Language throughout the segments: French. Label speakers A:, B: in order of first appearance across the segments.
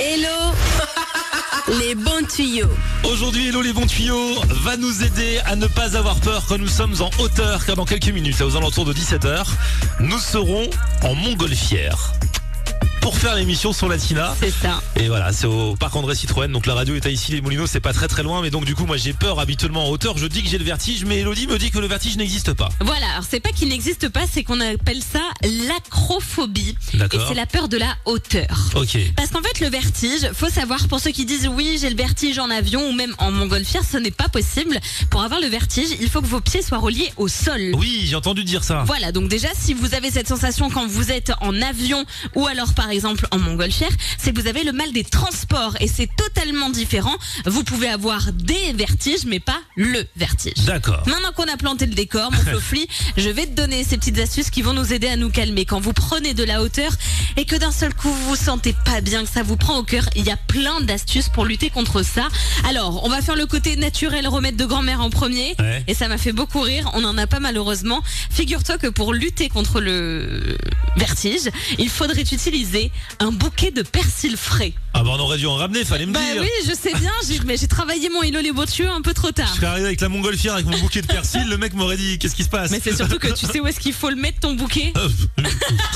A: Hello Les bons tuyaux.
B: Aujourd'hui, Hello les bons tuyaux va nous aider à ne pas avoir peur quand nous sommes en hauteur, car dans quelques minutes, là, aux alentours de 17h, nous serons en montgolfière. Pour faire l'émission sur Latina.
A: C'est ça.
B: Et voilà, c'est au parc André Citroën. Donc la radio est à ici, les Moulineaux, c'est pas très très loin. Mais donc du coup, moi j'ai peur habituellement en hauteur. Je dis que j'ai le vertige, mais Elodie me dit que le vertige n'existe pas.
A: Voilà, alors c'est pas qu'il n'existe pas, c'est qu'on appelle ça l'acrophobie. Et
B: D'accord.
A: c'est la peur de la hauteur.
B: Ok.
A: Parce qu'en fait, le vertige, faut savoir, pour ceux qui disent oui, j'ai le vertige en avion ou même en montgolfière, ce n'est pas possible. Pour avoir le vertige, il faut que vos pieds soient reliés au sol.
B: Oui, j'ai entendu dire ça.
A: Voilà, donc déjà, si vous avez cette sensation quand vous êtes en avion ou alors par exemple en montgolfière, c'est que vous avez le mal des transports et c'est totalement différent. Vous pouvez avoir des vertiges, mais pas le vertige.
B: D'accord.
A: Maintenant qu'on a planté le décor, mon Flofli, je vais te donner ces petites astuces qui vont nous aider à nous calmer. Quand vous prenez de la hauteur et que d'un seul coup vous vous sentez pas bien, que ça vous prend au cœur, il y a plein d'astuces pour lutter contre ça. Alors, on va faire le côté naturel, remède de grand-mère en premier.
B: Ouais.
A: Et ça m'a fait beaucoup rire, on n'en a pas malheureusement. Figure-toi que pour lutter contre le vertige, il faudrait utiliser un bouquet de persil frais.
B: Ah bah on aurait dû en ramener, fallait me
A: Bah
B: dire.
A: oui, je sais bien, j'ai- mais j'ai travaillé mon îlot les Bourdieu un peu trop tard.
B: Je serais arrivé avec la montgolfière, avec mon bouquet de persil, le mec m'aurait dit qu'est-ce qui se passe
A: Mais c'est surtout que tu sais où est-ce qu'il faut le mettre ton bouquet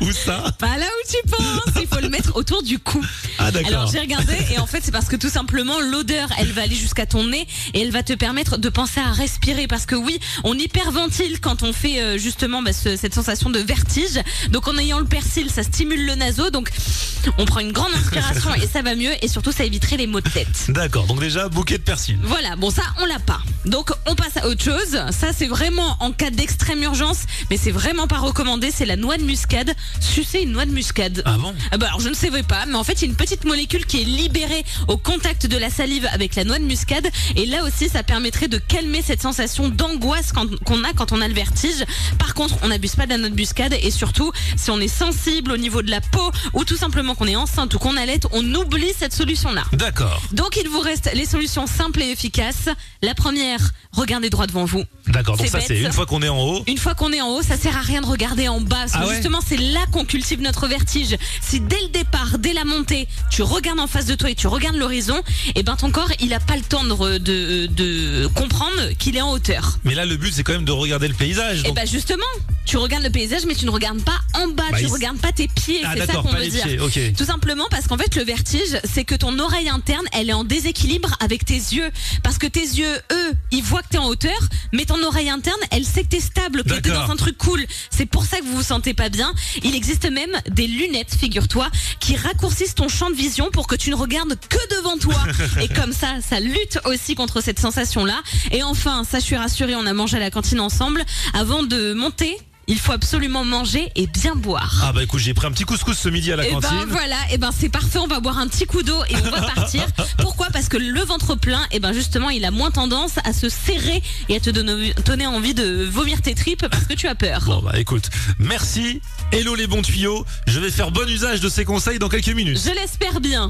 B: Où ça
A: Pas Bah, là où tu penses, il faut le mettre autour du cou.
B: Ah
A: Alors
B: d'accord.
A: j'ai regardé et en fait c'est parce que tout simplement l'odeur elle va aller jusqu'à ton nez et elle va te permettre de penser à respirer parce que oui on hyperventile quand on fait euh, justement bah, ce- cette sensation de vertige donc en ayant le persil ça stimule le naso donc on prend une grande inspiration et ça va mieux et surtout ça éviterait les maux de tête.
B: D'accord, donc déjà bouquet de persil.
A: Voilà, bon ça on l'a pas. Donc on passe à autre chose. Ça c'est vraiment en cas d'extrême urgence, mais c'est vraiment pas recommandé. C'est la noix de muscade. Sucer une noix de muscade.
B: Ah bon
A: Ah bah alors je ne savais pas, mais en fait il y a une petite molécule qui est libérée au contact de la salive avec la noix de muscade. Et là aussi ça permettrait de calmer cette sensation d'angoisse quand- qu'on a quand on a le vertige. Par contre on n'abuse pas de la noix de muscade et surtout si on est sensible au niveau de la peau ou tout simplement qu'on est enceinte ou qu'on allait, on oublie cette solution-là.
B: D'accord,
A: Donc il vous reste les solutions simples et efficaces. La première, regardez droit devant vous.
B: d'accord. Donc
A: C'est
B: ça
A: bête,
B: c'est
A: ça.
B: une fois qu'on est en haut.
A: Une fois qu'on est en haut, ça sert à rien de regarder en bas. Parce que
B: Ah ouais
A: justement, c'est là qu'on cultive notre vertige. Si dès le départ, dès la montée, tu regardes en face de toi et tu regardes l'horizon, eh ben ton corps, il a pas le temps de, re- de, de comprendre qu'il est en hauteur.
B: Mais là le but c'est quand même de regarder le paysage.
A: Et
B: donc-
A: ben justement, tu regardes le paysage, mais tu ne regardes pas en bas,
B: Bah,
A: tu
B: il-
A: regardes pas tes pieds.
B: ah
A: c'est ça
B: d'accord,
A: qu'on
B: pas
A: veut
B: les
A: dire.
B: pieds, ok.
A: Tout simplement parce qu'en fait, le vertige, c'est que ton oreille interne, elle est en déséquilibre avec tes yeux. Parce que tes yeux, eux, ils voient que t'es en hauteur, mais ton oreille interne, elle sait que t'es stable, que t'es
B: D'accord.
A: dans un truc cool. C'est pour ça que vous vous sentez pas bien. Il existe même des lunettes, figure-toi, qui raccourcissent ton champ de vision pour que tu ne regardes que devant toi. Et comme ça, ça lutte aussi contre cette sensation-là. Et enfin, ça, je suis rassurée, on a mangé à la cantine ensemble. Avant de monter, il faut absolument manger et bien boire.
B: Ah bah écoute, j'ai pris un petit couscous ce midi à la
A: Et ben
B: cantine.
A: voilà, et ben c'est parfait, on va boire un petit coup d'eau et on va partir. Pourquoi Parce que le ventre plein, et ben justement, il a moins tendance à se serrer et à te donner, donner envie de vomir tes tripes parce que tu as peur.
B: Bon bah écoute, merci. Hello les bons tuyaux. Je vais faire bon usage de ces conseils dans quelques minutes.
A: Je l'espère bien.